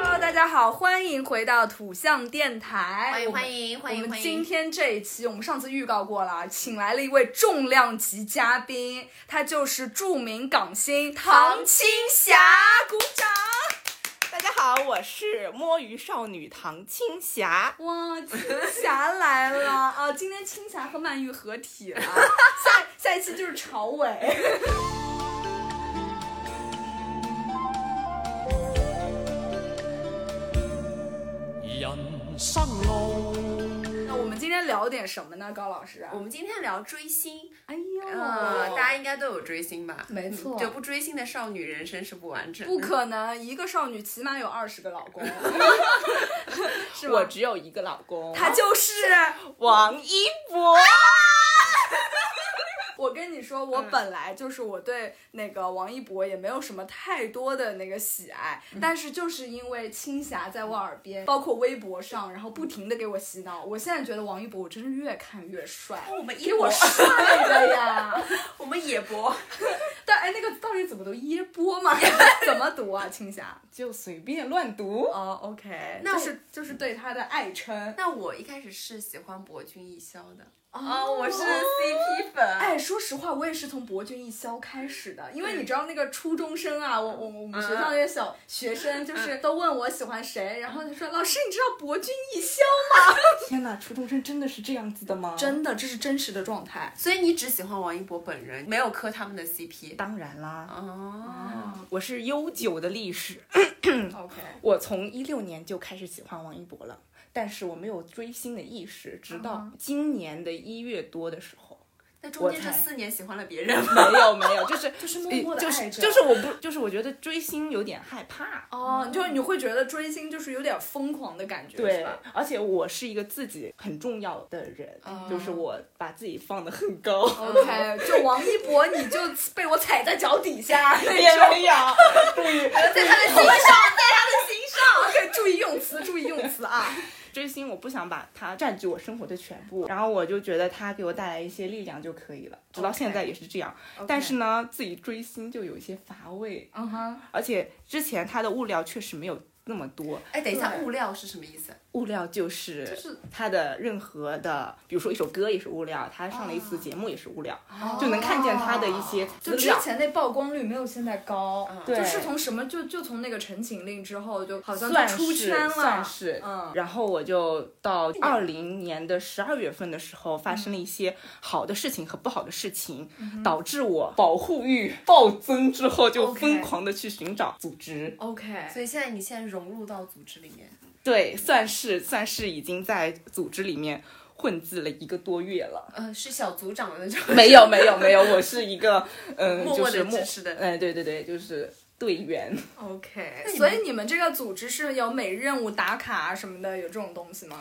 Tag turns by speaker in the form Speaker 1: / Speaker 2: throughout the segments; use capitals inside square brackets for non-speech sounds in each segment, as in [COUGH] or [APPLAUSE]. Speaker 1: Hello，大家好，欢迎回到土象电台，
Speaker 2: 欢迎欢迎欢迎
Speaker 1: 我们
Speaker 2: 欢
Speaker 1: 今
Speaker 2: 迎！
Speaker 1: 天这一期，我们上次预告过了，请来了一位重量级嘉宾，他就是著名港星唐青霞，鼓掌！
Speaker 3: 大家好，我是摸鱼少女唐青霞。
Speaker 1: 哇，青霞来 [LAUGHS] 了啊！今天青霞和曼玉合体了， [LAUGHS] 下下一期就是朝伟。
Speaker 4: 人生路，
Speaker 1: [LAUGHS] 那我们今天聊点什么呢，高老师？啊
Speaker 2: 我们今天聊追星，
Speaker 1: 哎
Speaker 2: 嗯、
Speaker 1: 呦，
Speaker 2: 大家应该都有追星吧？
Speaker 1: 没错
Speaker 2: 就不追星的少女人生是不完整的。
Speaker 1: 不可能，一个少女起码有二十个老公，
Speaker 2: [LAUGHS]
Speaker 1: 是
Speaker 3: 我
Speaker 1: 吧？
Speaker 3: 只有一个老公，
Speaker 1: 她就是。
Speaker 3: 王一博。
Speaker 1: 我跟你说，
Speaker 2: 嗯
Speaker 1: 我本来就是我对那个王一博也没有什么太多的那个喜爱，
Speaker 2: 嗯
Speaker 1: 但是就是因为青霞在我耳边，包括微博上，然后不停的给我洗脑，我现在觉得王一博我真是越看越帅，
Speaker 2: 我们
Speaker 1: 给
Speaker 2: 一
Speaker 1: 我
Speaker 2: 博，
Speaker 1: 帅的呀！
Speaker 2: 哦 [LAUGHS] 我们野博，
Speaker 1: [LAUGHS] 但哎，那个到底怎么读？耶波
Speaker 2: [LAUGHS]
Speaker 1: 吗？怎么读啊，青霞？
Speaker 3: 就随便乱读。
Speaker 1: 哦、o k
Speaker 2: 那我
Speaker 1: 就是就是对他的爱称。
Speaker 2: 那我一开始是喜欢博君一笑的啊、
Speaker 1: 哦
Speaker 2: 我是 CP 粉。
Speaker 1: 哎，说实话，我也是从博君一笑开始的，因为你知道那个初中生啊，我我我们学校那些小学生就是都问我喜欢谁，然后他说老师你知道博君一笑
Speaker 3: 天哪，初中生真的是这样子的吗？
Speaker 1: 吗？真的，这是真实的状态。
Speaker 2: 所以你只喜欢王一博本人，没有磕他们的 CP。
Speaker 3: 当然啦，
Speaker 2: 哦，
Speaker 3: 我是悠久的历史。
Speaker 1: OK，
Speaker 3: 我从一六年就开始喜欢王一博了，但是我没有追星的意识，直到今年的一月多的时候。
Speaker 2: 那中间
Speaker 3: 我
Speaker 2: 这
Speaker 3: 猜
Speaker 2: 四年喜欢了别人吗？
Speaker 3: 没有没有，就是
Speaker 1: 就是默默地
Speaker 3: 就是
Speaker 1: 爱着
Speaker 3: 就是我不就是我觉得追星有点害怕。
Speaker 1: 哦，就是你会觉得追星就是有点疯狂的感觉，是
Speaker 3: 对
Speaker 1: 吧？，
Speaker 3: 而且我是一个自己很重要的人，
Speaker 2: 哦
Speaker 3: 就是我把自己放得
Speaker 1: [LAUGHS]
Speaker 3: 很高，
Speaker 1: OK，就王一博，你就被我踩在脚底 [LAUGHS] 下那
Speaker 3: 也
Speaker 1: 种。
Speaker 3: 没有，对于
Speaker 1: 在 [LAUGHS] 他的心上，在他的心上。OK，注意用词，注意用词啊。
Speaker 3: 追星，我不想把它占据我生活的全部，然后我就觉得它给我带来一些力量就可以了，直到现在也是这样。但是呢，自己追星就有一些乏味，
Speaker 1: 嗯哼，
Speaker 3: 而且之前它的物料确实没有那么多，
Speaker 2: 哎，等一下，
Speaker 1: 对
Speaker 2: 物料是什么意思？
Speaker 3: 物料就是
Speaker 1: 就是
Speaker 3: 它的任何的，比如说一首歌也是物料，他上了一次节目也是物料，
Speaker 2: 哦
Speaker 3: 就能看见他的一些
Speaker 1: 就嗯
Speaker 3: 资
Speaker 1: 之
Speaker 3: 料。
Speaker 1: 前那曝光率没有现在高，
Speaker 3: 对
Speaker 1: 就是从什么就就从那个《陈情令》之后，就
Speaker 2: 嗯
Speaker 1: 好像
Speaker 3: 算
Speaker 1: 就出
Speaker 3: 是
Speaker 1: 圈了，
Speaker 3: 算是。
Speaker 1: 嗯，
Speaker 3: 然后我就到二零年的十二月份的时候，发生
Speaker 2: 嗯
Speaker 3: 了一些好的事情和不好的事情，导致我保护欲暴增之后，就
Speaker 1: OK
Speaker 3: 疯狂的去寻找组织。
Speaker 1: OK，
Speaker 2: 所以现在你现在融入到组织里面，
Speaker 3: 对，算是算是已经在组织里面混迹了一个多月了。
Speaker 2: [LAUGHS] 呃，是小组长的那种。 [LAUGHS]
Speaker 3: 没有没有没有，我是一个嗯，
Speaker 2: 默
Speaker 3: 就
Speaker 2: 默地
Speaker 3: 是默
Speaker 2: 支持的
Speaker 3: 嗯，对对对，就是队员。
Speaker 1: OK，
Speaker 2: 那你们
Speaker 1: 所以你们这个组织是有每日任务打卡啊什么的，有这种东西吗？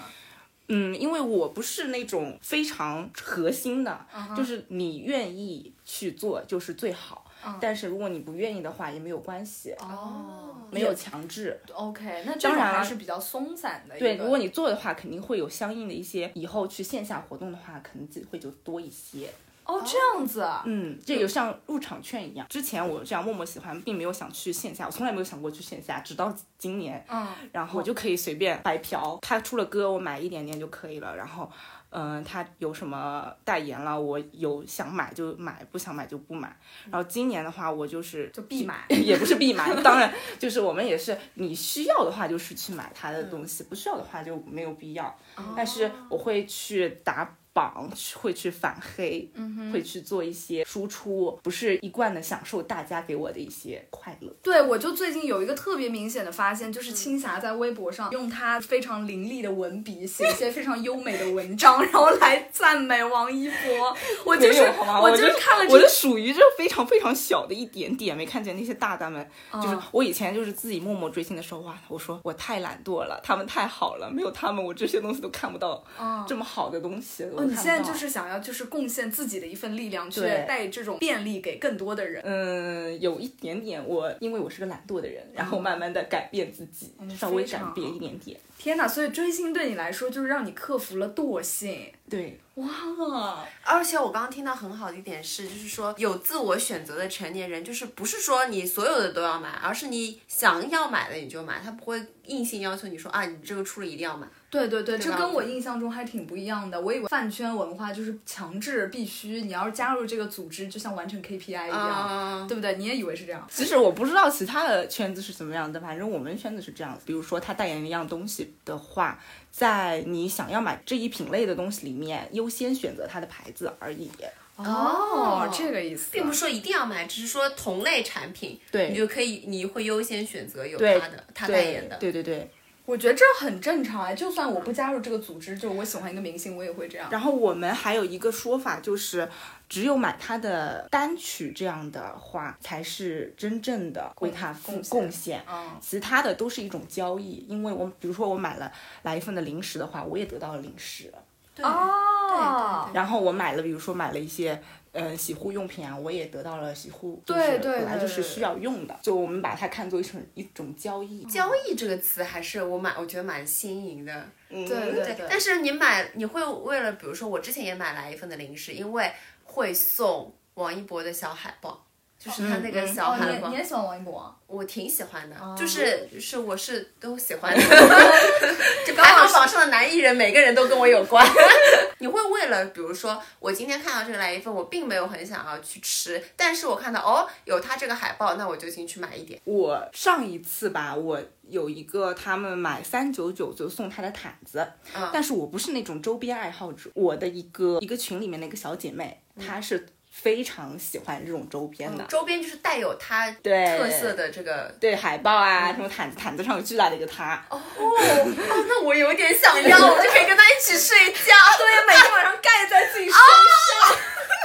Speaker 3: 嗯，因为我不是那种非常核心的就是你愿意去做就是最好。但是如果你不愿意的话也没有关系
Speaker 2: 哦
Speaker 3: 没有强制。
Speaker 1: ，OK，那这种
Speaker 3: 当然了
Speaker 1: 还是比较松散的一个。
Speaker 3: 对，如果你做的话，肯定会有相应的一些以后去线下活动的话，可能机会就多一些。
Speaker 1: 哦这样子啊，
Speaker 3: 嗯，这就像入场券一样。之前我这样默默喜欢，并没有想去线下，我从来没有想过去线下，直到今年，
Speaker 1: 嗯，
Speaker 3: 然后我就可以随便白嫖。他出了歌，我买一点点就可以了。然后，嗯、他有什么代言了，我有想买就买，不想买就不买。然后今年的话，我就是
Speaker 1: 就必买
Speaker 3: [LAUGHS] 也不是必买，当然就是我们也是你需要的话就是去买他的东
Speaker 1: 嗯
Speaker 3: 西，不需要的话就没有必要。
Speaker 1: 哦
Speaker 3: 但是我会去打。榜去会去反黑，
Speaker 1: 嗯
Speaker 3: 会去做一些输出，不是一贯的享受大家给我的一些快乐。
Speaker 1: 对，我就最近有一个特别明显的发现，就是青霞在微博上用她非常凌厉的文笔写一些非常优美的文章， [LAUGHS] 然后来赞美王一博。我就是
Speaker 3: 没有好吗？
Speaker 1: 我
Speaker 3: 就
Speaker 1: 就是看了
Speaker 3: 我
Speaker 1: 这
Speaker 3: 就属于这非常非常小的一点点，没看见那些大大们。就是
Speaker 1: 哦
Speaker 3: 我以前就是自己默默追星的时候，哇，我说我太懒惰了，他们太好了，没有他们我这些东西都看不到这么好的东西。我
Speaker 1: 哦
Speaker 3: 都
Speaker 1: 你
Speaker 3: 看
Speaker 1: 现
Speaker 3: 不
Speaker 1: 在
Speaker 3: 到
Speaker 1: 就是想要就是贡献自己的一份力量，去
Speaker 3: 对
Speaker 1: 带这种便利给更多的人。
Speaker 3: 嗯，有一点点我，因为我是个懒惰的人，然后慢慢的改变自己，
Speaker 1: 嗯
Speaker 3: 稍微
Speaker 1: 非常
Speaker 3: 改
Speaker 1: 好
Speaker 3: 变一点点。
Speaker 1: 天哪！所以追星对你来说就是让你克服了惰性。
Speaker 3: 对，
Speaker 1: 哇，
Speaker 2: 而且我刚刚听到很好的一点是，就是说有自我选择的成年人，就是不是说你所有的都要买，而是你想要买的你就买，他不会硬性要求你说啊，你这个出了一定要买。
Speaker 1: 对对对，这
Speaker 2: 吧
Speaker 1: 跟我印象中还挺不一样的。我以为饭圈文化就是强制必须，你要是加入这个组织，就像完成 KPI 一样，
Speaker 2: 啊
Speaker 1: 对不对？你也以为是这样。
Speaker 3: 其实我不知道其他的圈子是怎么样的，反正我们圈子是这样。比如说他代言一样东西的话，在你想要买这一品类的东西里面，优先选择它的牌子而已。
Speaker 1: 哦，这个意思，
Speaker 2: 并不是说一定要买，只是说同类产品，
Speaker 3: 对
Speaker 2: 你就可以，你会优先选择有
Speaker 3: 对
Speaker 2: 他的，他代言的。
Speaker 3: 对对对。
Speaker 1: 我觉得这很正常哎。就算我不加入这个组织，就我喜欢一个明星，我也会这样。
Speaker 3: 然后我们还有一个说法就是，只有买他的单曲这样的话，才是真正的为他
Speaker 1: 贡
Speaker 3: 贡
Speaker 1: 献
Speaker 3: 贡献。
Speaker 2: 哦
Speaker 1: 嗯
Speaker 3: 其他的都是一种交易，因为我比如说我买了来一份的零食的话，我也得到了零食。
Speaker 2: 对哦
Speaker 3: 然后我买了，比如说买了一些嗯洗护用品啊，我也得到了洗护，就是
Speaker 1: 对对
Speaker 3: 本来
Speaker 1: 对
Speaker 3: 就是需要用的，就我们把它看作一种一种交易。
Speaker 2: 交易这个词还是我蛮，我觉得蛮新颖的。
Speaker 3: 嗯
Speaker 1: 对对
Speaker 2: 对，但是你买，你会为了，比如说我之前也买来一份的零食，因为会送王一博的小海报，就是
Speaker 3: 嗯
Speaker 2: 他那个
Speaker 1: 哦，
Speaker 2: 小海
Speaker 1: 你
Speaker 2: 报，
Speaker 1: 也你也喜欢王一博啊？
Speaker 2: 我挺喜欢的，
Speaker 1: 哦
Speaker 2: 就是是我是都喜欢的。
Speaker 1: [LAUGHS]
Speaker 2: 这
Speaker 1: 好
Speaker 2: 排行榜上的男艺人，每个人都跟我有关。 [LAUGHS] 你会为了，比如说我今天看到这个来一份，我并没有很想要去吃，但是我看到哦有他这个海报，那我就进去买一点。
Speaker 3: 我上一次吧，我有一个他们买三九九就送他的毯子，
Speaker 1: 啊
Speaker 2: 嗯
Speaker 3: 但是我不是那种周边爱好者，我的一个一个群里面的一个小姐妹，
Speaker 1: 嗯
Speaker 3: 她是非常喜欢这种周边
Speaker 1: 哦
Speaker 3: 的，
Speaker 2: 周边就是带有他
Speaker 3: 对
Speaker 2: 特色的这个。
Speaker 3: 对海报啊，
Speaker 1: 嗯
Speaker 3: 什么毯子，毯子上有巨大的一个她，
Speaker 2: 哦，那我有
Speaker 1: [LAUGHS]
Speaker 2: 点想要，我就可以跟他一起睡觉。
Speaker 1: 对，每天晚上盖在自己身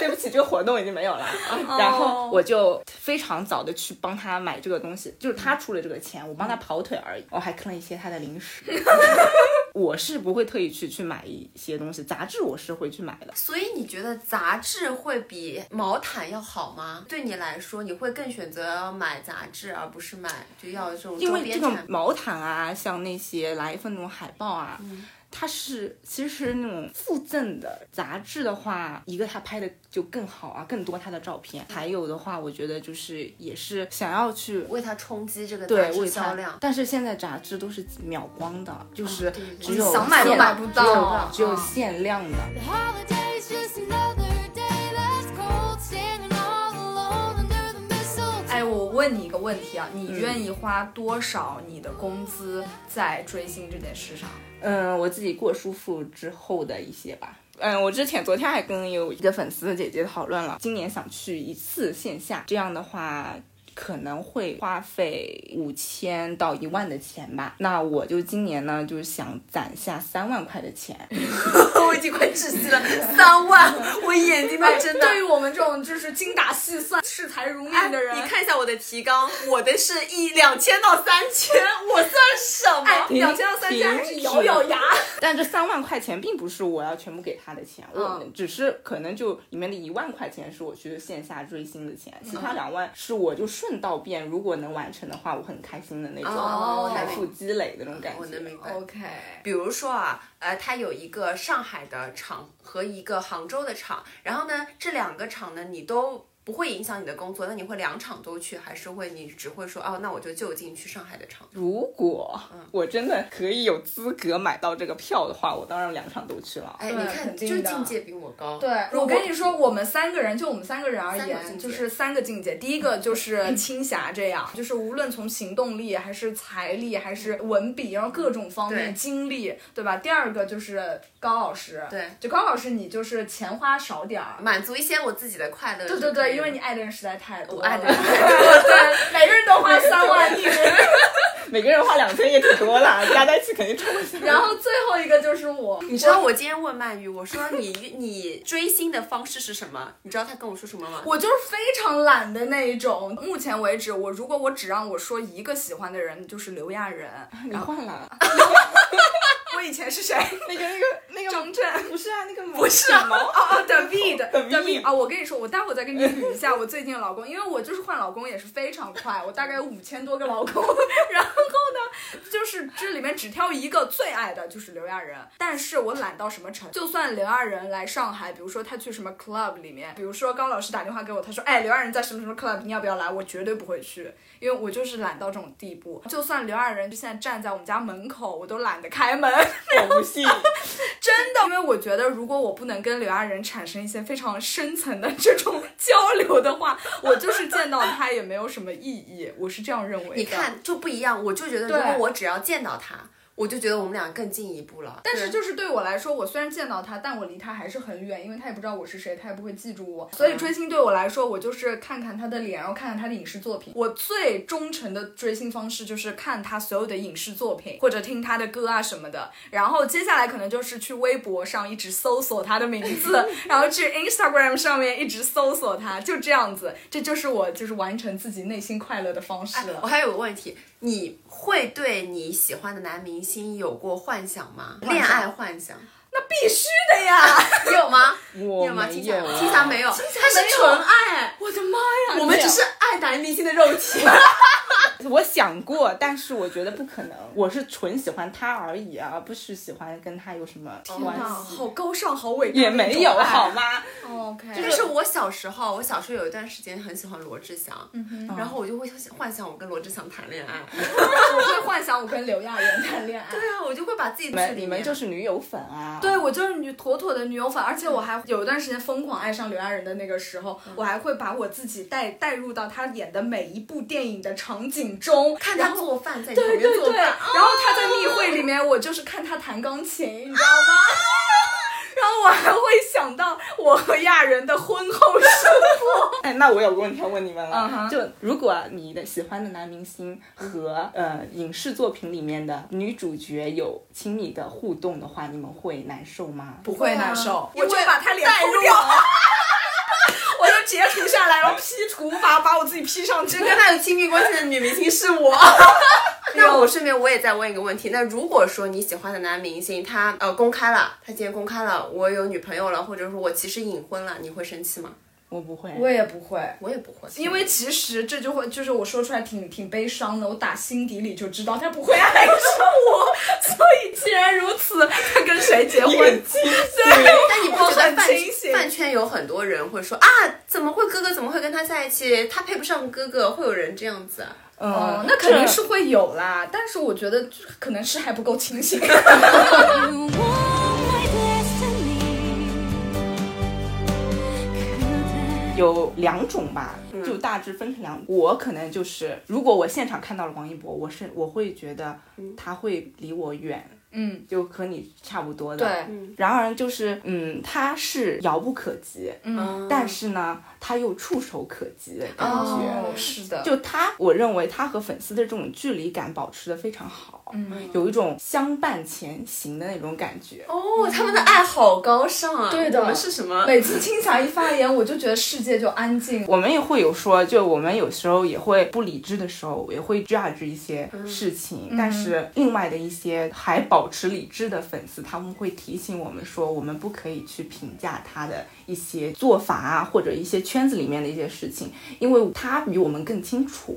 Speaker 3: 对不起，这个活动已经没有了。啊
Speaker 2: 哦
Speaker 3: 然后我就非常早的去帮她买这个东西，就是她出了这个钱，我帮她跑腿而已。我还坑了一些她的零食。 [LAUGHS] 我是不会特意去去买一些东西，杂志我是会去买的。
Speaker 2: 所以你觉得杂志会比毛毯要好吗？对你来说，你会更选择买杂志，而不是买就要这种
Speaker 3: 因
Speaker 2: 周
Speaker 3: 为这
Speaker 2: 边
Speaker 3: 种
Speaker 2: 产品。
Speaker 3: 毛毯啊，像那些来一份那种海报啊，
Speaker 2: 嗯
Speaker 3: 它是其实是那种附赠的。杂志的话，一个它拍的就更好啊，更多它的照片。还有的话，我觉得就是也是想要去。
Speaker 2: 为它冲击这个杂
Speaker 3: 对，
Speaker 2: 志
Speaker 3: 为
Speaker 2: 销
Speaker 3: 它
Speaker 2: 量。 [LAUGHS]
Speaker 3: 但是现在杂志都是秒光的，
Speaker 1: 哦
Speaker 3: 就是
Speaker 2: 对对对
Speaker 3: 只有
Speaker 1: 想买都买不到
Speaker 3: 只有只有
Speaker 1: 嗯
Speaker 3: 限量的。
Speaker 5: The holiday's just another day that's cold, standing all alone under the mistletoe.
Speaker 1: 哎，我问你一个问题啊，
Speaker 2: 嗯
Speaker 1: 你愿意花多少你的工资在追星这件事上？
Speaker 3: 嗯，我自己过舒服之后的一些吧。嗯，我之前昨天还跟有一个粉丝的姐姐讨论了，今年想去一次线下，这样的话。可能会花费五千到一万的钱吧，那我就今年呢，就是想攒下三万块的钱，
Speaker 2: 我已经快窒息了，三万，我眼睛
Speaker 3: 哎
Speaker 2: 都睁大。哎
Speaker 1: 对于我们这种就是精打细算、视财如命的人，
Speaker 2: 哎你看一下我的提纲，我的是一两千到三千，我算什么？
Speaker 3: 停
Speaker 1: 两千到三千还是咬咬牙。
Speaker 3: 但这三万块钱并不是我要全部给他的钱，我
Speaker 1: 嗯
Speaker 3: 只是可能就里面的一万块钱是我去线下追星的钱，其
Speaker 2: 嗯
Speaker 3: 他两万是我就顺道变，如果能完成的话，我很开心的那
Speaker 2: 哦
Speaker 3: 种财富积累的那种感觉。
Speaker 2: 我能明白。
Speaker 1: OK，
Speaker 2: 比如说啊，呃，它有一个上海的厂和一个杭州的厂，然后呢，这两个厂呢，你都不会影响你的工作，那你会两场都去，还是会你只会说哦，那我就就近去上海的厂？
Speaker 3: 如果
Speaker 2: 嗯
Speaker 3: 我真的可以有资格买到这个票的话，我当然两场都去了。
Speaker 2: 哎，
Speaker 1: 对
Speaker 2: 你看，
Speaker 1: 肯
Speaker 2: 就
Speaker 1: 定的
Speaker 2: 境界比我高。
Speaker 1: 对，
Speaker 2: 如
Speaker 1: 我
Speaker 2: 果
Speaker 1: 跟你说，我们三个人就我们三个人而
Speaker 2: 三个境
Speaker 1: 言，
Speaker 2: 界
Speaker 1: 就是三个境界。第一个
Speaker 2: 嗯
Speaker 1: 就是青霞这样，就是无论从行动力还是财力还是文笔，然后各种方面
Speaker 2: 对
Speaker 1: 精力，对吧？第二个就是高老师，
Speaker 2: 对
Speaker 1: 就高老师你就是钱花少点儿，
Speaker 2: 满足一些我自己的快乐
Speaker 1: 对
Speaker 2: 就可以了。
Speaker 1: 对对，因为你爱的人实在太多
Speaker 2: 我
Speaker 1: 了，
Speaker 2: 爱
Speaker 1: [LAUGHS]
Speaker 2: 的
Speaker 1: 对，每个人都花三万，一人
Speaker 2: [LAUGHS]
Speaker 3: 每个人花两千也挺多了，加在一起肯定超过三
Speaker 1: 然后最后一个就是我，
Speaker 2: 你知道我今天问曼玉，我说你你追星的方式是什么？你知道她跟我说什
Speaker 1: [LAUGHS]
Speaker 2: 么吗？
Speaker 1: 我就是非常懒的那一种。目前为止，我如果我只让我说一个喜欢的人，就是刘亚仁。
Speaker 3: 你换了，
Speaker 1: 我以前是谁？ [LAUGHS]
Speaker 3: 那个那个那个
Speaker 1: 张震。
Speaker 3: 不是啊，那个毛
Speaker 1: 不是啊，
Speaker 3: 毛
Speaker 1: 哦哦，David
Speaker 3: David
Speaker 1: David 啊，我跟你说，我待会儿再跟你捋一下我最近的老公，因为我就是换老公也是非常快，我大概有五千多个老公， [LAUGHS] 然后呢，就是这里面只挑一个最爱的就是刘亚仁，但是我懒到什么程度？就算刘亚仁来上海，比如说他去什么 club 里面，比如说刚老师打电话给我，他说，哎，刘亚仁在什么什么 club，你要不要来？我绝对不会去，因为我就是懒到这种地步，就算刘亚仁现在站在我们家门口，我都懒得开门。
Speaker 3: 我不
Speaker 2: [LAUGHS]
Speaker 3: 信。
Speaker 1: 真的，因为我觉得如果我不能跟刘亚仁产生一些非常深层的这种交流的话，我就是见到他也没有什么意义，我是这样认为的。
Speaker 2: 你，看就不一样，我就觉得如
Speaker 1: 对
Speaker 2: 果我只要见到他，我就觉得我们俩更进一步了。
Speaker 1: 但是就是对我来说，我虽然见到他，但我离他还是很远，因为他也不知道我是谁，他也不会记住我。所以追星对我来说，我就是看看他的脸，然后看看他的影视作品。我最忠诚的追星方式就是看他所有的影视作品，或者听他的歌啊什么的。然后接下来可能就是去微博上一直搜索他的名字，然后去 Instagram 上面一直搜索他，就这样子。这就是我就是完成自己内心快乐的方式
Speaker 2: 哎我
Speaker 1: 了。
Speaker 2: 还有个问题，你会对你喜欢的男明星有过幻想吗？
Speaker 1: 想
Speaker 2: 恋爱幻想？
Speaker 1: 那必须的呀！
Speaker 2: 你 [LAUGHS] 有吗？你
Speaker 3: 我
Speaker 2: 有吗？
Speaker 3: 没
Speaker 2: 听起来
Speaker 3: 有啊
Speaker 2: 听起来没有，他
Speaker 1: 没
Speaker 2: 是
Speaker 1: 有
Speaker 2: 纯爱。
Speaker 1: 我的妈呀！
Speaker 2: 我们只是爱男明星的肉体。
Speaker 3: [LAUGHS] 我想过，但是我觉得不可能。我是纯喜欢他而已啊，而不是喜欢跟他有什么关
Speaker 1: 哇，
Speaker 3: 系。
Speaker 1: 好高尚，好伟大，
Speaker 3: 也没有好。吗？
Speaker 1: OK，
Speaker 2: 但
Speaker 1: [LAUGHS]
Speaker 2: 是我小时候，我小时候有一段时间很喜欢罗志祥，
Speaker 1: 嗯
Speaker 3: 哦
Speaker 2: 然后我就会幻想我跟罗志祥谈恋爱。
Speaker 1: 我会幻想我跟刘亚仁谈恋爱。
Speaker 2: 对啊，我就会把自己
Speaker 3: 你
Speaker 2: 置里
Speaker 3: 们你们
Speaker 2: 面
Speaker 3: 就是女友粉啊！
Speaker 1: [LAUGHS] 对，我就是女妥妥的女友粉，而且我还有一段时间疯狂爱上刘亚仁的那个时候，我还会把我自己带带入到他演的每一部电影的场景中，
Speaker 2: 看
Speaker 1: 然
Speaker 2: 他
Speaker 1: 后
Speaker 2: 做饭，在你旁
Speaker 1: 对
Speaker 2: 边
Speaker 1: 对
Speaker 2: 做
Speaker 1: 对，
Speaker 2: 饭。
Speaker 1: 然后他在密会里面，我就是看他弹钢琴，你知道吗？ [LAUGHS] 然后我还会想到我和亚人的婚后生
Speaker 3: 哎，那我有个问题要问你们
Speaker 1: 嗯
Speaker 3: 了
Speaker 1: 哼，
Speaker 3: 就如果你的喜欢的男明星和呃影视作品里面的女主角有亲密的互动的话，你们会难受吗？
Speaker 1: [LAUGHS] 不
Speaker 2: 会难受
Speaker 1: 我就把他脸抠掉， [LAUGHS] 我就截图下来，然后 P 图，把把我自己 P 上去
Speaker 2: 就。跟他有亲密关系的女明星是我。 [LAUGHS] 那我顺便我也再问一个问题，那如果说你喜欢的男明星他呃公开了，他今天公开了，我有女朋友了，或者说我其实隐婚了，你会生气吗？
Speaker 3: 我不会，
Speaker 1: 也不会，
Speaker 2: 我也不会，
Speaker 1: 因为其实这就会就是我说出来挺挺悲伤的，我打心底里就知道他不会爱上我， [LAUGHS] 所以既然如此，他跟谁结
Speaker 3: 你
Speaker 1: 婚
Speaker 3: 很？清
Speaker 1: 对，
Speaker 2: 但你不觉
Speaker 1: 我
Speaker 2: 得
Speaker 1: 很
Speaker 2: 饭
Speaker 1: 清醒
Speaker 2: 饭圈有很多人会说啊，怎么会哥哥怎么会跟他在一起？他配不上哥哥，会有人这样子啊？
Speaker 1: 哦
Speaker 3: 嗯，，
Speaker 1: 那肯定
Speaker 3: 这
Speaker 1: 是会有啦，但是我觉得可能是还不够清醒。
Speaker 5: You want my destiny. Could I?
Speaker 3: 有两种吧，
Speaker 1: 嗯
Speaker 3: 就大致分成两。我可能就是，如果我现场看到了王一博，我是我会觉得他会离我远，
Speaker 1: 嗯，
Speaker 3: 就和你差不多的。
Speaker 1: 对，
Speaker 3: 然而就是，嗯，他是遥不可及，
Speaker 1: 嗯，
Speaker 3: 但是呢，他又触手可及的感觉。
Speaker 1: 哦，是的，
Speaker 3: 就他，我认为他和粉丝的这种距离感保持的非常好，
Speaker 1: 嗯
Speaker 3: 有一种相伴前行的那种感觉。
Speaker 2: 哦，他们的爱好高尚啊！
Speaker 1: 对的
Speaker 2: 我们是什么？
Speaker 1: 每次青霞一发言，我就觉得世界就安静了
Speaker 3: 我们也会有说，就我们有时候也会不理智的时候，也会 judge 一些事情，但是另外的一些还保持理智的粉丝，他们会提醒我们说，我们不可以去评价他的一些做法啊，或者一些圈子里面的一些事情，因为他比我们更清楚，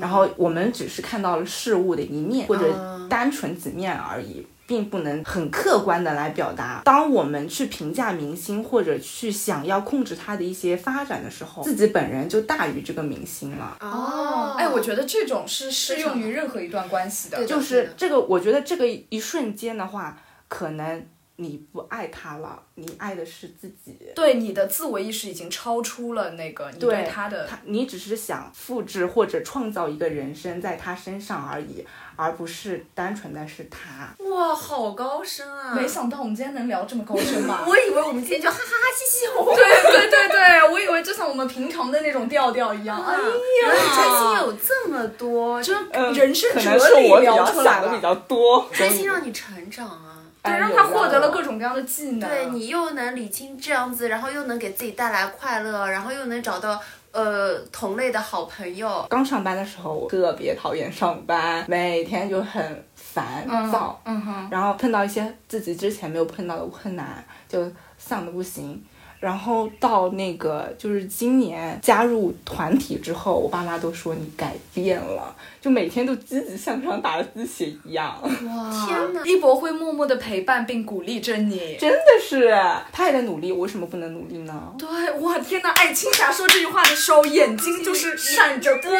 Speaker 3: 然后我们只是看到了事物的一面，或者单纯几面而已。并不能很客观的来表达。当我们去评价明星或者去想要控制他的一些发展的时候，自己本人就大于这个明星了。
Speaker 2: 啊
Speaker 1: 哦，哎，我觉得这种是适用于任何一段关系的。
Speaker 2: 对
Speaker 1: 就
Speaker 3: 就是
Speaker 2: 的
Speaker 3: 是这个，我觉得这个一瞬间的话，可能你不爱他了，你爱的是自己。
Speaker 1: 对你的自我意识已经超出了那个你对他的，
Speaker 3: 他，你只是想复制或者创造一个人生在他身上而已，而不是单纯的是他。
Speaker 2: 哇，好高深啊！
Speaker 1: 没想到我们今天能聊这么高深吧？
Speaker 2: 我以为我们今天就哈哈哈嘻嘻，我
Speaker 1: 对对对对，我以为就像我们平常的那种调调一样，哎
Speaker 2: 原来
Speaker 1: 呀，
Speaker 2: 追星有这么多，
Speaker 1: 就
Speaker 3: 嗯
Speaker 1: 哎人生
Speaker 3: 可
Speaker 1: 哲
Speaker 3: 能是
Speaker 1: 理
Speaker 3: 我比
Speaker 1: 聊
Speaker 3: 较
Speaker 1: 出来
Speaker 3: 想的比
Speaker 1: 了，
Speaker 3: 较多，
Speaker 2: 追星让你成长啊。
Speaker 1: 对，让他获
Speaker 3: 嗯
Speaker 1: 得了各种各样的技能。
Speaker 2: 对你又能理清这样子，然后又能给自己带来快乐，然后又能找到呃同类的好朋友，
Speaker 3: 刚上班的时候，我特别讨厌上班，每天就很烦躁，
Speaker 1: 嗯哼，
Speaker 3: 然后碰到一些自己之前没有碰到的困难，就丧的不行。然后到那个就是今年加入团体之后，我爸妈都说你改变了，就每天都积极向上，打了鸡血一样。 [LAUGHS]
Speaker 2: 天哪！
Speaker 1: 啊一博会默默的陪伴并鼓励着你。
Speaker 3: 真的是，他也在努力，我为什么不能努力呢？
Speaker 1: 对，哇天哪！哎，青霞说这句话的时候，眼睛就是闪着光。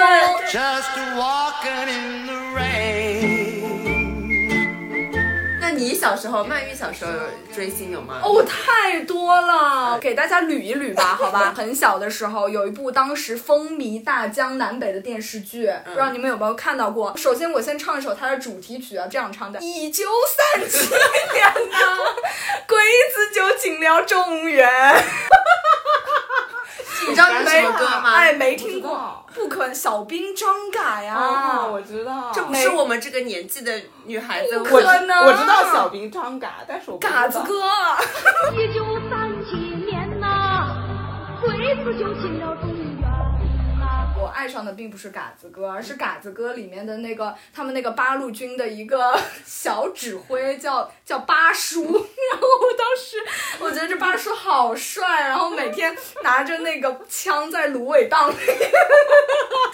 Speaker 4: Just walking in the rain.
Speaker 2: 那你小时候，曼玉小时候追星有吗？
Speaker 1: 哦，我太多了，给大家捋一捋
Speaker 3: [LAUGHS]
Speaker 1: 吧，好吧。很小的时候，有一部当时风靡大江南北的电视剧，
Speaker 3: 嗯
Speaker 1: 不知道你们有没有看到过？首先，我先唱一首它的主题曲啊，这样唱的：一九三七年
Speaker 3: [LAUGHS]
Speaker 1: 的鬼子就进了中原。
Speaker 2: 你知道这是什么歌吗？
Speaker 1: 哎，没听
Speaker 3: 不知
Speaker 1: 过
Speaker 3: 道，
Speaker 1: 不可小兵张嘎呀。
Speaker 3: 啊，我知道，
Speaker 2: 这不是我们这个年纪的女孩子
Speaker 3: 我
Speaker 2: 会
Speaker 3: 知
Speaker 1: 可能
Speaker 3: 我知道小兵张嘎，但是我不知道
Speaker 1: 嘎子
Speaker 6: [LAUGHS]
Speaker 1: 哥，
Speaker 6: 一九三七年呐、鬼子就进了中原呐、
Speaker 1: 我爱上的并不是嘎子哥，而是嘎子哥里面的那个他们那个八路军的一个 [LAUGHS] 小指挥叫叫八叔， [LAUGHS] 然后我当时 [LAUGHS] 我觉得这八叔好帅，然后每天拿着那个枪在芦苇荡里， [LAUGHS]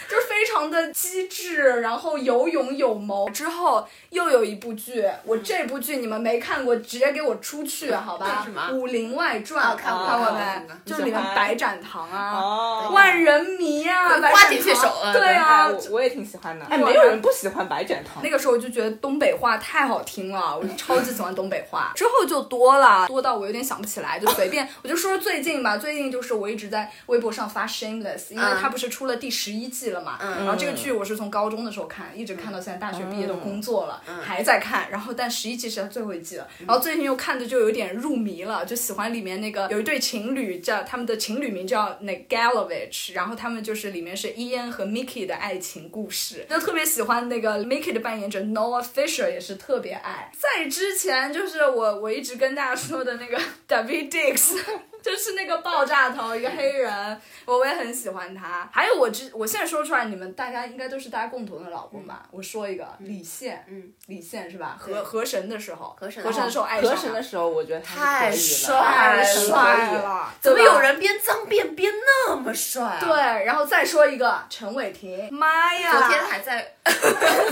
Speaker 1: 就是非常的机智，然后有勇有谋。之后又有一部剧，我这部剧你们没看过，直接给我出去好吧？
Speaker 2: 什么
Speaker 1: 武林外传》
Speaker 2: 哦看
Speaker 1: 过
Speaker 2: 过
Speaker 1: 看
Speaker 2: 看过
Speaker 1: 没
Speaker 2: 看过？
Speaker 1: 就是里面白展堂啊。
Speaker 3: 哦，
Speaker 1: 万人迷啊，
Speaker 2: 对
Speaker 1: 白
Speaker 2: 花
Speaker 1: 展
Speaker 2: 田血手
Speaker 1: 堂
Speaker 2: 啊
Speaker 1: 对啊
Speaker 3: 哎我。我也挺喜欢的。哎，
Speaker 1: 我
Speaker 3: 没有人不喜欢白展堂
Speaker 1: 那。个时候我就觉得东北话太好听了， [LAUGHS] 我就超级喜欢东北话。之后就多了，多到我有点想不起来，就随便我就说说最近吧。最近就是我一直在微博上发 Shameless，因为它不是出了第十一季了嘛。然后这个剧我是从高中的时候看，一直看到现在大学毕业都工作了，还在看。然后但十一季是它最后一季了。然后最近又看的就有点入迷了，就喜欢里面那个有一对情侣叫他们的情侣名叫那 Galovich，然后他们就是里面是伊恩和 Mickey 的爱情故事，就特别喜欢那个 Mickey 的扮演者 Noah Fisher 也是特别爱。在之前就是我我一直跟大家说的那个 [LAUGHS] David Dix。就是 [LAUGHS] 那个爆炸头，一个黑人，我我也很喜欢他。还有我之，我现在说出来，你们大家应该都是大家共同的老公吧？我说一个李现，
Speaker 2: 嗯，
Speaker 1: 李现是吧？
Speaker 2: 对
Speaker 1: 河河神的时候，
Speaker 2: 河神
Speaker 1: 河神的时候爱上
Speaker 3: 合
Speaker 1: 了
Speaker 3: 神的时候，我觉得他
Speaker 2: 太
Speaker 3: 是可以哎
Speaker 2: 帅
Speaker 3: 了。
Speaker 1: 太
Speaker 2: 帅
Speaker 1: 帅了
Speaker 2: 了，
Speaker 1: 对
Speaker 2: 怎
Speaker 1: 吧
Speaker 2: 么有？人编脏辫编那么帅、啊？
Speaker 1: 对，，然后再说一个陈伟霆，妈呀，
Speaker 2: 昨天还在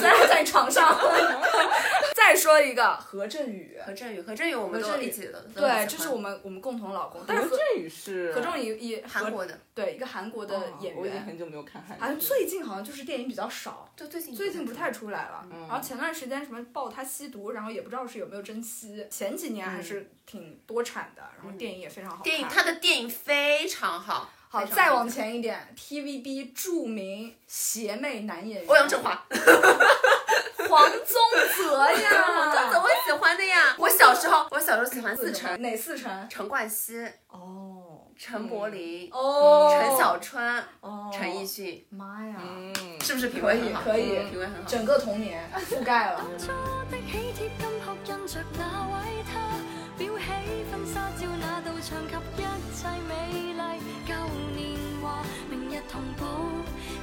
Speaker 1: 在在床 [LAUGHS] 上。再说一个何振宇，嗯
Speaker 2: 何振呃宇，何振宇我们
Speaker 1: 何
Speaker 2: 都
Speaker 1: 振宇
Speaker 2: 一起的，都
Speaker 1: 对，
Speaker 2: 很喜欢
Speaker 1: 这是我们我们共同老公，但
Speaker 3: 何
Speaker 1: 是何
Speaker 3: 振宇是
Speaker 1: 何振宇也
Speaker 2: 韩国的。
Speaker 1: 对一个韩国的
Speaker 3: 哦
Speaker 1: 演
Speaker 3: 我已经
Speaker 1: 员，
Speaker 3: 很久没有看韩
Speaker 1: 好像
Speaker 3: 剧。
Speaker 1: 最近好像就是电影比较少。
Speaker 2: 对，最近
Speaker 1: 最近不太出来了，然后前段时间什么爆他吸毒，然后也不知道是有没有珍惜。前几年还是挺多产的，然后嗯电影也非常好看。
Speaker 2: 电影，他的电影非常好。
Speaker 1: 好，
Speaker 2: 非常
Speaker 1: 再往，前一点，TVB 著名邪魅男演员
Speaker 2: 欧阳震华，
Speaker 1: 黄宗泽
Speaker 2: [LAUGHS]
Speaker 1: 呀，
Speaker 2: 我张泽我喜欢的呀。我小时候，我小时候喜欢四成、
Speaker 1: 哪四成？
Speaker 2: 陈冠希、
Speaker 1: 哦
Speaker 2: 陈柏霖、
Speaker 1: 哦，
Speaker 2: 陈小春、
Speaker 1: 哦，
Speaker 2: 陈奕迅，
Speaker 1: 妈呀，
Speaker 3: 嗯，
Speaker 2: 是不是品味很好？嗯
Speaker 1: 可以可以
Speaker 2: 品味很好。
Speaker 1: 整个童年覆盖
Speaker 2: [LAUGHS]
Speaker 1: 了。
Speaker 5: 初的喜帖，金箔印着那位他，裱起婚紗照那道牆及一切美麗舊年華，明日同步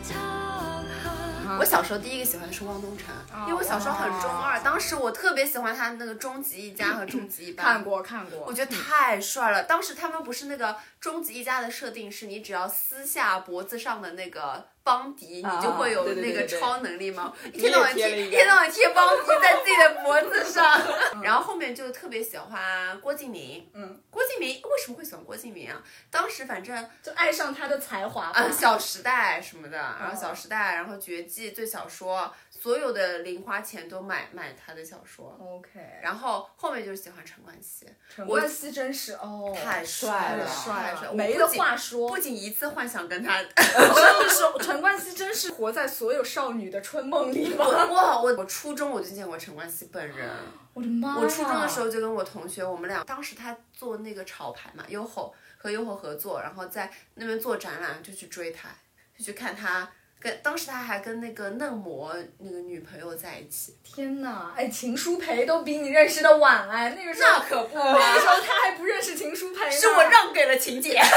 Speaker 5: 拆下。
Speaker 2: 我小时候第一个喜欢的是汪东城，
Speaker 1: 哦
Speaker 2: 因为我小时候很中二，当时我特别喜欢他那个《终极一家》和《终极一班》。
Speaker 1: 看过看过
Speaker 2: 我，觉得
Speaker 3: 嗯
Speaker 2: 太帅了！当时他们不是那个终极一家的设定是，你只要撕下脖子上的那个邦迪，
Speaker 3: 啊
Speaker 2: 你就会有
Speaker 3: 对对
Speaker 2: 那
Speaker 3: 对
Speaker 2: 个
Speaker 3: 对对
Speaker 2: 超能力吗？一
Speaker 3: 你
Speaker 2: 天到
Speaker 3: 也
Speaker 2: 晚
Speaker 3: 贴
Speaker 2: 贴，
Speaker 3: 了一
Speaker 2: 一
Speaker 3: 个
Speaker 2: 天到晚贴邦迪在自己的脖子
Speaker 3: [LAUGHS]
Speaker 2: 上。然后后面就特别喜欢郭敬明，
Speaker 1: 嗯，
Speaker 2: 郭敬明为什么会喜欢郭敬明啊？当时反正
Speaker 1: 就爱上他的才华吧
Speaker 2: 啊，。小时代什么的，然后
Speaker 3: 啊
Speaker 2: 小时代，然后绝技、最小说，所有的零花钱都买买他的小说。
Speaker 3: 哦
Speaker 1: OK，
Speaker 2: 然后后面就是喜欢陈冠希，
Speaker 1: 陈冠希真是哦，
Speaker 2: 太
Speaker 3: 帅
Speaker 2: 了，
Speaker 3: 了
Speaker 1: 帅
Speaker 2: 帅
Speaker 1: 了，
Speaker 2: 我
Speaker 1: 没
Speaker 2: 不
Speaker 1: 得
Speaker 2: 仅
Speaker 1: 话说
Speaker 2: 不。仅一次幻想跟他，
Speaker 1: 真的是陈冠希，真是活在所有少女的春梦里吧
Speaker 2: 我？ [LAUGHS] 哇，我我初中我就见过陈冠希本人，
Speaker 1: 我的妈呀！
Speaker 2: 我初中的时候就跟我同学，我们俩当时他做那个潮牌嘛，优吼和优吼合作，然后在那边做展览，就去追他，就去看他。跟当时他还跟那个嫩模那个女朋友在一起，
Speaker 1: 天哪，哎，秦舒培都比你认识的晚哎，那个时候
Speaker 2: 那可不嗯
Speaker 1: 那个时候他还不认识秦舒培呢，
Speaker 2: 是我让给了秦姐。 [LAUGHS]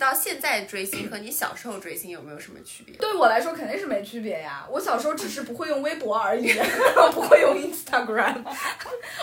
Speaker 2: 到现在追星和你小时候追星有没有什么区别？
Speaker 1: 对我来说肯定是没区别呀。我小时候只是不会用微博而已， [LAUGHS] 不会用 Instagram。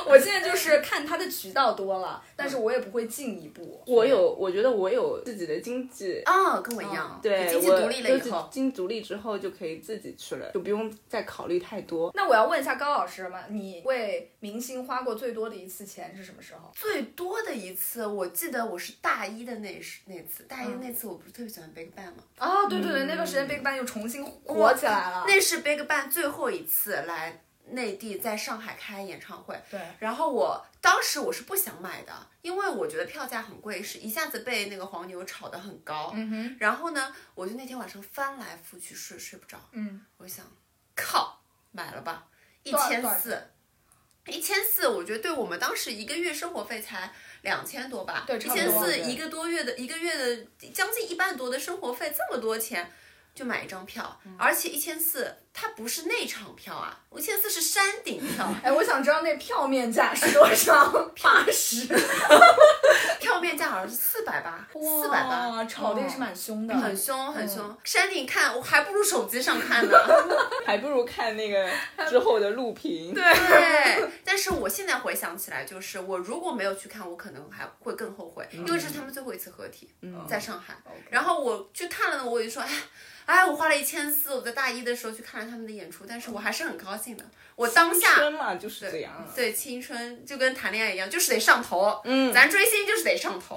Speaker 1: 我现在就是看它的渠道多了，但是我也不会进一步。
Speaker 3: 我有，我觉得我有自己的经济。
Speaker 2: 啊、跟我一样，
Speaker 3: 嗯对，
Speaker 2: 你经济
Speaker 3: 我
Speaker 2: 独立了以后，
Speaker 3: 经济独立之后就可以自己去了，就不用再考虑太多。
Speaker 1: 那我要问一下高老师嘛，你为明星花过最多的一次钱是什么时候？
Speaker 2: 最多的一次，我记得我是大一的那时那次，大一那次我不是特别喜欢 BigBang 吗？
Speaker 1: 嗯哦，对对对，那段时间 BigBang 又重新火起来了。
Speaker 2: 那是 BigBang 最后一次来内地，在上海开演唱会。
Speaker 1: 对，
Speaker 2: 然后我当时我是不想买的，因为我觉得票价很贵，是一下子被那个黄牛炒得很高。
Speaker 1: 嗯哼，
Speaker 2: 然后呢，我就那天晚上翻来覆去睡睡不着，
Speaker 1: 嗯，
Speaker 2: 我想，靠，买了吧，一
Speaker 1: 多少
Speaker 2: 千
Speaker 1: 多少
Speaker 2: 四，一千四，我觉得对我们当时一个月生活费才两千多吧，
Speaker 1: 对
Speaker 2: 一
Speaker 1: 差不多
Speaker 2: 千四
Speaker 1: 对
Speaker 2: 一个多月的一个月的将近一半多的生活费，这么多钱。就买一张票，
Speaker 1: 嗯
Speaker 2: 而且一千四，它不是内场票啊，一千四是山顶票，
Speaker 1: 哎，我想知道那票面价是多 [LAUGHS] 少？八十，
Speaker 2: 票面价好像是四百八，四百八，嗯
Speaker 1: 哇，炒的也是蛮嗯凶的。
Speaker 2: 很凶很凶。山顶看我还不如手机上看呢，
Speaker 3: 还不如看那个之后的录屏。对，
Speaker 2: 对，但是我现在回想起来，就是我如果没有去看，我可能还会更后悔，因为
Speaker 3: 嗯
Speaker 2: 这是他们最后一次合体，在上海。然后我去看了呢，我就说，哎，哎，我花了一千四，我在大一的时候去看了他们的演出，但是我还是很高兴的。我当
Speaker 3: 春
Speaker 2: 下。
Speaker 3: 嘛就是这样。啊
Speaker 2: 对青春就跟谈恋爱一样，就是得上头。嗯，咱追星就是得上头。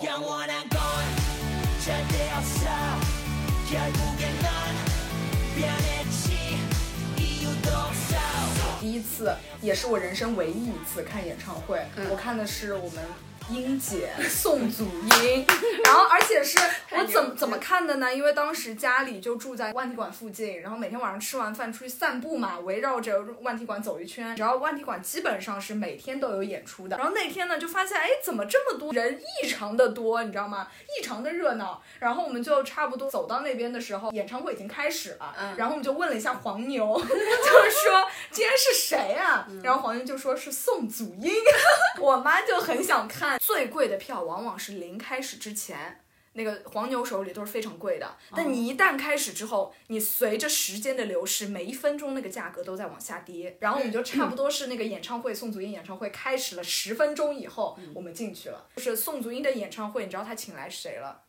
Speaker 1: 第一次也是我人生唯一一次看演唱会，
Speaker 2: 嗯
Speaker 1: 我看的是我们。英
Speaker 2: [LAUGHS]
Speaker 1: 姐宋祖英，然后而且是我怎么怎么看的呢？因为当时家里就住在万体馆附近，然后每天晚上吃完饭出去散步嘛，围绕着万体馆走一圈。然后万体馆基本上是每天都有演出的。然后那天呢，就发现哎，怎么这么多人异常的多，你知道吗？异常的热闹。然后我们就差不多走到那边的时候，演唱会已经开始了。
Speaker 2: 嗯
Speaker 1: 然后我们就问了一下黄牛， [LAUGHS] 就是说今天是谁啊？然后黄牛就说是宋祖英。 [LAUGHS] 我妈就很想看，最贵的票往往是临开始之前。那个黄牛手里都是非常贵的，
Speaker 3: 嗯
Speaker 1: 但你一旦开始之后，你随着时间的流逝，每一分钟那个价格都在往下跌。然后我们就差不多是那个演唱会，宋祖英演唱会开始了十分钟以后，
Speaker 3: 嗯
Speaker 1: 我们进去了。就是宋祖英的演唱会，你知道他请来谁了？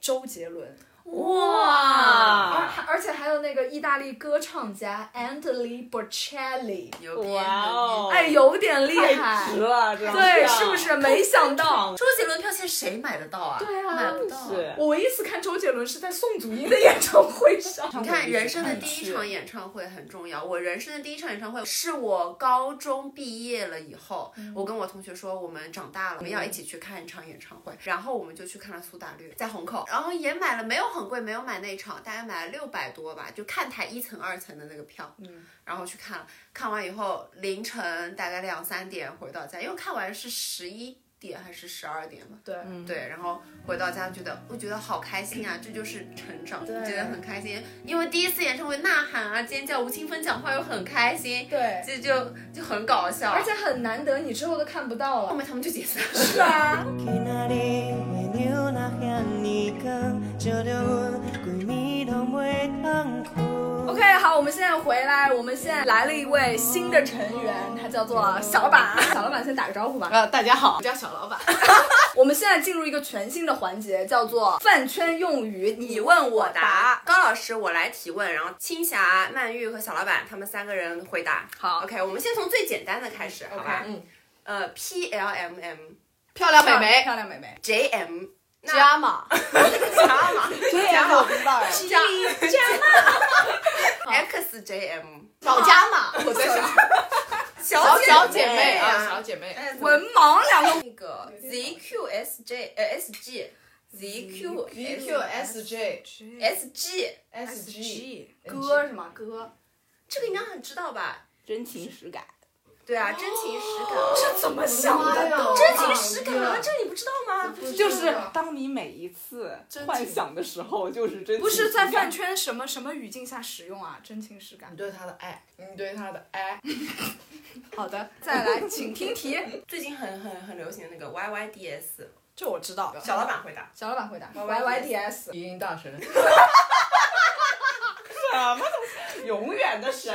Speaker 1: 周杰伦。而
Speaker 3: 哇
Speaker 1: 而且还有那个意大利歌唱家 Anthony Bocelli，
Speaker 2: 牛逼！
Speaker 3: 哇
Speaker 2: 牛
Speaker 3: 哦，
Speaker 1: 哎，有点厉
Speaker 3: 太
Speaker 1: 害
Speaker 3: 值，了，这样
Speaker 1: 哎对，
Speaker 3: 子
Speaker 1: 是不是？没想到
Speaker 2: 逼，周杰伦票现在谁买得到啊？
Speaker 1: 对啊
Speaker 2: 买不到啊。
Speaker 3: 是
Speaker 1: 我唯一一次看周杰伦是在宋祖英的演唱会上。
Speaker 3: 嗯
Speaker 2: 你看，人生的第一场演唱会很重要。我人生的第一场演唱会是我高中毕业了以后，我跟我同学说，我们长大了，我们要一起去看一场演唱会。然后我们就去看了苏打绿，在虹口，然后也买了，没有很贵，没有买那场，大概买了六百多吧，就看台一层、二层的那个票。嗯，然后去看了，看完以后凌晨大概两三点回到家，因为看完是十一点还是十二点吧。
Speaker 1: 对，
Speaker 3: 嗯
Speaker 2: 对，然后回到家觉得，我觉得好开心啊，这就是成长，
Speaker 1: 对
Speaker 2: 觉得很开心，因为第一次演唱会呐喊啊、尖叫，吴青峰讲话又很开心，
Speaker 1: 对
Speaker 2: 这就就很搞笑，
Speaker 1: 而且很难得，你之后都看不到
Speaker 2: 后
Speaker 1: 了。
Speaker 2: 面他们就解散了。
Speaker 1: 是啊，OK，好，我们现在回来，我们现在来了一位新的成员，他叫做小老板。小老板先打个招呼吧。
Speaker 3: 呃，大家好
Speaker 1: 我， [LAUGHS] 叫小老板。 [LAUGHS] 我们现在进入一个全新的环节，叫做饭圈用语，你问我答。。
Speaker 2: 高老师，我来提问，然后青霞、曼玉和小老板他们三个人回答。
Speaker 1: 好
Speaker 2: ，OK，我们先从最简单的开始，好吧？
Speaker 1: OK，
Speaker 2: 嗯，呃，P L M M
Speaker 3: 漂亮美眉，
Speaker 1: 漂亮美眉，
Speaker 2: J M [LAUGHS]
Speaker 3: 加码，
Speaker 2: 加嘛
Speaker 3: 这样我不知道哎，
Speaker 2: 加加 X J M
Speaker 3: 小加码，我在想
Speaker 2: [LAUGHS]
Speaker 3: 小小姐
Speaker 1: 哎
Speaker 3: 妹啊，
Speaker 2: 啊
Speaker 3: 小姐妹，
Speaker 1: 文盲两个。
Speaker 2: 那个 ZQSJ 呃 SG ZQS
Speaker 3: ZQSJ
Speaker 2: SG，
Speaker 3: SG
Speaker 1: 歌是吗？歌
Speaker 2: 这个应该很知道吧？
Speaker 3: 真情实感，
Speaker 2: 对
Speaker 3: 哦
Speaker 2: 啊，真情实感，
Speaker 1: 这怎么想的都？
Speaker 2: 真情实感啊，这你不知道
Speaker 1: 啊
Speaker 2: 吗？
Speaker 3: 就是当你每一次幻想的时候，就是真
Speaker 1: 不是在饭
Speaker 3: 饭圈。
Speaker 1: 圈什么什么语境下使用啊？真情实感。
Speaker 7: 对他的爱，你对他的
Speaker 1: [LAUGHS]
Speaker 7: 爱，
Speaker 1: 好的，再来，请听题。
Speaker 2: [LAUGHS] 最近很很很流行的那个 YYDS，
Speaker 1: 这我知道。
Speaker 2: 小老板回答，
Speaker 1: 小老板回答
Speaker 2: YYDS
Speaker 1: ，YYDS，
Speaker 7: 一音大神，
Speaker 3: 什么东西？永远的神。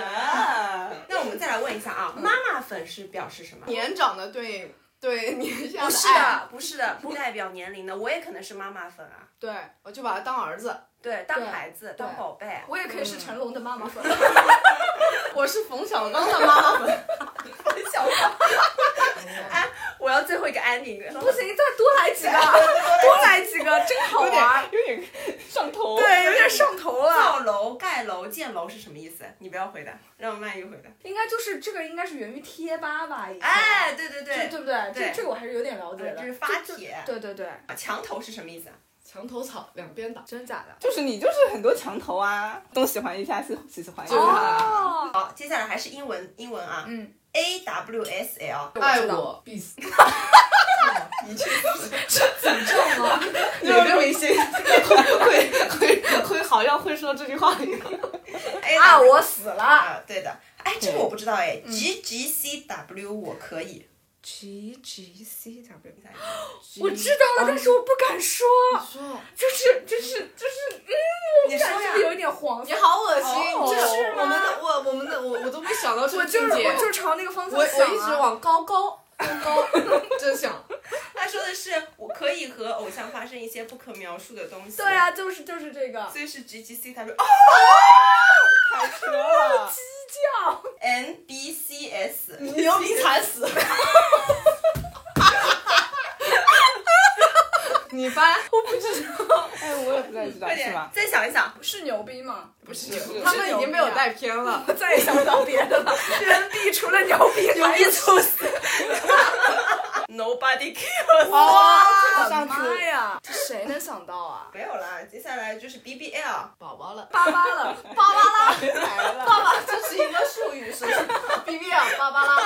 Speaker 2: 那我们再来问一下啊，妈妈粉是表示什么？哎
Speaker 7: 年长的对
Speaker 3: [LAUGHS]
Speaker 7: 对年下
Speaker 2: 不是
Speaker 7: 爱，
Speaker 2: 的，不是的，不代表年龄的，我也可能是妈妈粉啊。
Speaker 7: 对，我就把他当儿子，
Speaker 2: 对，当
Speaker 1: 对
Speaker 2: 孩子，当
Speaker 1: 对
Speaker 2: 宝贝。
Speaker 1: 我也可以是成龙的妈妈粉。 [LAUGHS]
Speaker 7: 我是冯小刚的妈妈
Speaker 3: [LAUGHS]
Speaker 7: 粉，
Speaker 2: 小宝，哎，我要最后一个 ending。
Speaker 1: 不行，再多来几个，多来几个，真好玩。
Speaker 3: 有点上头。
Speaker 1: 对，有点上头了。
Speaker 2: 造楼、盖楼、建楼是什么意思？你不要回答，让曼玉回答。
Speaker 1: 应该就是这个，应该是源于贴吧吧？以前
Speaker 2: 哎，，对对对
Speaker 1: 这，对不对？
Speaker 2: 对
Speaker 1: 这这个我还是有点了解
Speaker 2: 对，
Speaker 1: 的
Speaker 2: 这。是发帖。
Speaker 1: 对对对，
Speaker 2: 啊墙头是什么意思啊？
Speaker 7: 墙头草两边打。
Speaker 1: 真假的？
Speaker 3: 就是你就是很多墙头啊，东喜欢一下，西喜欢一下。
Speaker 1: 哦，
Speaker 2: 好，接下来还是英文，英文啊。
Speaker 1: 嗯。
Speaker 2: A W S L，
Speaker 7: 爱我必死，
Speaker 3: 哪个明星 [LAUGHS] 会会会会好像会说这句话一样？
Speaker 2: A
Speaker 1: 啊，
Speaker 2: W
Speaker 1: 我死了。嗯
Speaker 2: 啊，对的。哎，这个我不知道哎。G G C W 我可以。
Speaker 1: G G C W，
Speaker 2: 你看
Speaker 1: 我知道了，但是我不敢说，
Speaker 7: 说
Speaker 1: 就是就是就是，嗯，
Speaker 2: 你
Speaker 1: 我
Speaker 2: 说
Speaker 1: 感觉有
Speaker 2: 呀。
Speaker 1: 一点黄色
Speaker 7: 你。好恶心，
Speaker 3: 哦
Speaker 7: 这
Speaker 3: 是吗
Speaker 7: 我们的我我们的我我都没想到这
Speaker 1: 我
Speaker 7: 个
Speaker 1: 就
Speaker 7: 境
Speaker 1: 是
Speaker 7: 界
Speaker 1: 我，就是朝那个方
Speaker 7: 我
Speaker 1: 向
Speaker 7: 我
Speaker 1: 想啊
Speaker 7: 一直往高高高高
Speaker 1: [LAUGHS]
Speaker 7: 真想，
Speaker 2: 他说的是我可以和偶像发生一些不可描述的东西。
Speaker 1: 对。啊，就是就是这个
Speaker 2: 所以是 G G C W 哦
Speaker 3: 太扯
Speaker 7: 啊
Speaker 3: 了！
Speaker 2: N B C S。
Speaker 7: 你牛逼惨死，
Speaker 1: 你翻，
Speaker 3: 哎，我也不太知道，
Speaker 2: 快
Speaker 3: 是
Speaker 2: 点
Speaker 3: 吧？，
Speaker 2: 再想一想
Speaker 1: 是牛逼吗？
Speaker 7: 不
Speaker 3: 是
Speaker 7: 是他们已经被
Speaker 1: 啊
Speaker 7: 我带偏了，
Speaker 1: 我再也想不到别的了，人币除了牛逼还有
Speaker 2: ，Nobody cares。
Speaker 3: 哦，
Speaker 1: 我
Speaker 3: 上
Speaker 1: 的妈
Speaker 3: 次
Speaker 1: 呀，这谁能想到啊？
Speaker 2: 没有啦，接下来就是 B B L。
Speaker 7: 宝宝了，
Speaker 1: [LAUGHS] 巴巴了，
Speaker 7: 芭芭拉，
Speaker 3: 来
Speaker 7: [LAUGHS]
Speaker 3: 了，
Speaker 7: 爸爸这是一个术语，是不是？B B 啊，芭芭
Speaker 1: [LAUGHS]
Speaker 7: 拉，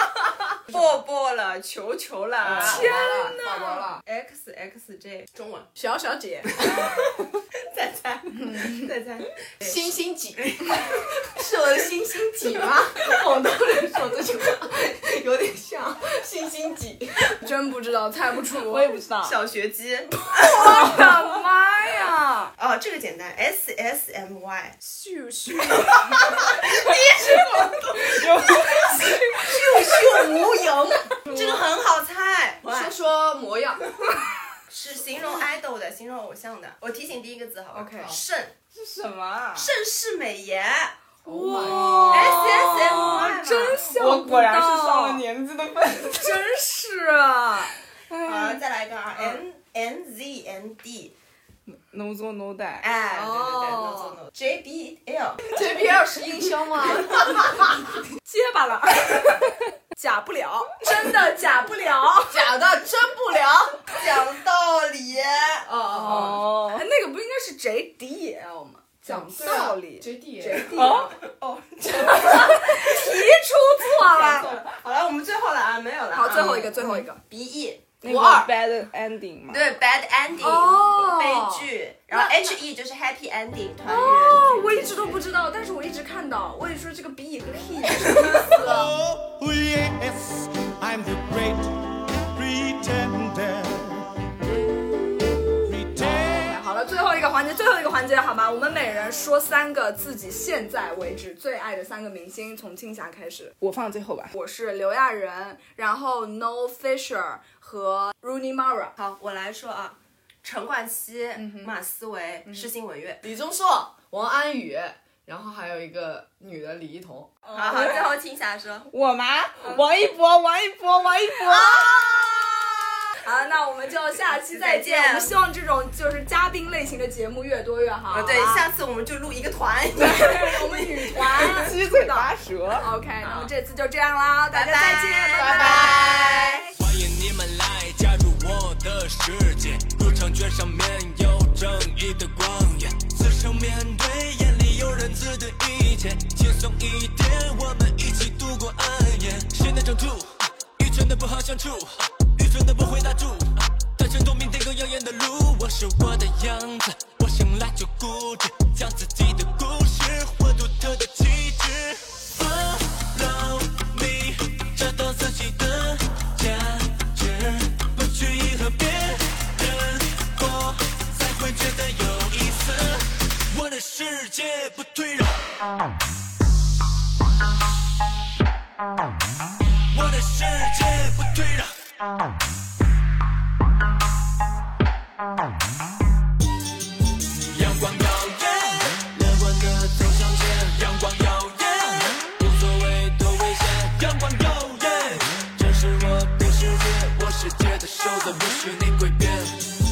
Speaker 2: 抱抱了，求求了
Speaker 7: 天呐，宝宝了，
Speaker 2: ，X X J，中文，
Speaker 1: 小
Speaker 7: [LAUGHS]
Speaker 1: 小姐，
Speaker 2: 再猜，再猜，
Speaker 7: 星星
Speaker 2: [LAUGHS]
Speaker 7: 挤，是我的星星挤吗？广东人说这句话有点像星星挤，
Speaker 1: 真不知道，猜不出。
Speaker 3: 我也不知道。
Speaker 2: 小学鸡，
Speaker 1: 我的妈 [LAUGHS] 呀！
Speaker 2: 哦，这个简单，S S M Y，
Speaker 1: 咻咻，
Speaker 2: 秀无影，这个很好猜，
Speaker 7: 说说模样，
Speaker 2: 是形容 idol 的，形容偶像的。我提醒第一个字好吧
Speaker 1: OK 好
Speaker 2: 盛，
Speaker 3: 是什么啊？
Speaker 2: 盛世美颜
Speaker 1: 哇哎
Speaker 2: ，S S M Y，
Speaker 1: 哦真想
Speaker 3: 我
Speaker 1: 不
Speaker 3: 果然是
Speaker 1: 到
Speaker 3: 上了，年纪的份 [LAUGHS] 子。
Speaker 1: 真是啊！
Speaker 2: 好，再来一个啊，N N Z N D，
Speaker 3: No do no die。
Speaker 2: 哎，对对对，no
Speaker 1: 哦
Speaker 2: no no，J B L，
Speaker 7: 这边二是音箱吗？
Speaker 1: 结巴了， [LAUGHS] 假不了，真的假不了。
Speaker 7: 假的，真不了。
Speaker 2: 讲道理，
Speaker 7: 哦哦
Speaker 3: 哦
Speaker 1: 哎，那个不应该是 J D L 吗？讲道理，
Speaker 7: 啊，J D，
Speaker 3: 哦，
Speaker 1: 题出错了。
Speaker 2: 好了，我们最后了啊，没有了，
Speaker 1: 好，最后一个，最后一个。
Speaker 2: B E。
Speaker 3: 那个 bad ending 嘛。
Speaker 2: 对，bad ending，、
Speaker 1: 哦
Speaker 2: 悲剧，然后 H E 就是 happy ending，团圆。
Speaker 1: 哦，我一直都不知道，但是我一直看到，我也说这个 B 和 He 是什么意思啊？
Speaker 4: Oh, yes, I'm the great pretender. Pretend.
Speaker 1: 好了，最后一个环节，最后一个环节，好吗？我们每人说三个自己现在为止最爱的三个明星，从青霞开始。
Speaker 3: 我放最后吧。
Speaker 1: 我是刘亚仁，然后 No Fisher 和 Rooney Mara。
Speaker 2: 好，我来说啊，陈冠希、马思唯、诗心文月。
Speaker 7: 李钟硕、王安宇，然后还有一个女的李一桐。
Speaker 2: 好好，最后听霞 [LAUGHS] 说，
Speaker 3: 我吗？啊王一博，王一博，王一博。
Speaker 1: 好，啊那我们就下期再见。
Speaker 2: 再见
Speaker 1: 我们希望这种就是嘉宾类型的节目越多越好。
Speaker 2: 啊，对，
Speaker 1: 好吧
Speaker 2: 下次我们就录一个团。 [LAUGHS]
Speaker 1: 我们女
Speaker 7: [LAUGHS]
Speaker 1: 团。
Speaker 3: [LAUGHS] 七嘴八舌。
Speaker 1: OK，那么这次就这样啦，大家
Speaker 2: 拜
Speaker 1: 再见，
Speaker 2: 拜
Speaker 1: 拜
Speaker 8: 欢迎你们来加入我的世界，入场券上面有正义的光源，此生面对眼里有仁慈的一切，轻松一点，我们一起度过暗夜。谁能掌住？愚蠢的不好相处，愚蠢的不会打住，单身多命定更耀眼的路。我是我的样子，我生来就固执，将自己的故事活独特的气质。Follow me，找到自己的价值，不去迎合别人。我的世界不退让。阳光耀眼，乐观的走向前。阳光耀眼，无所谓多危险。阳光耀眼，这是我的世界，我世界的守则不许你改变。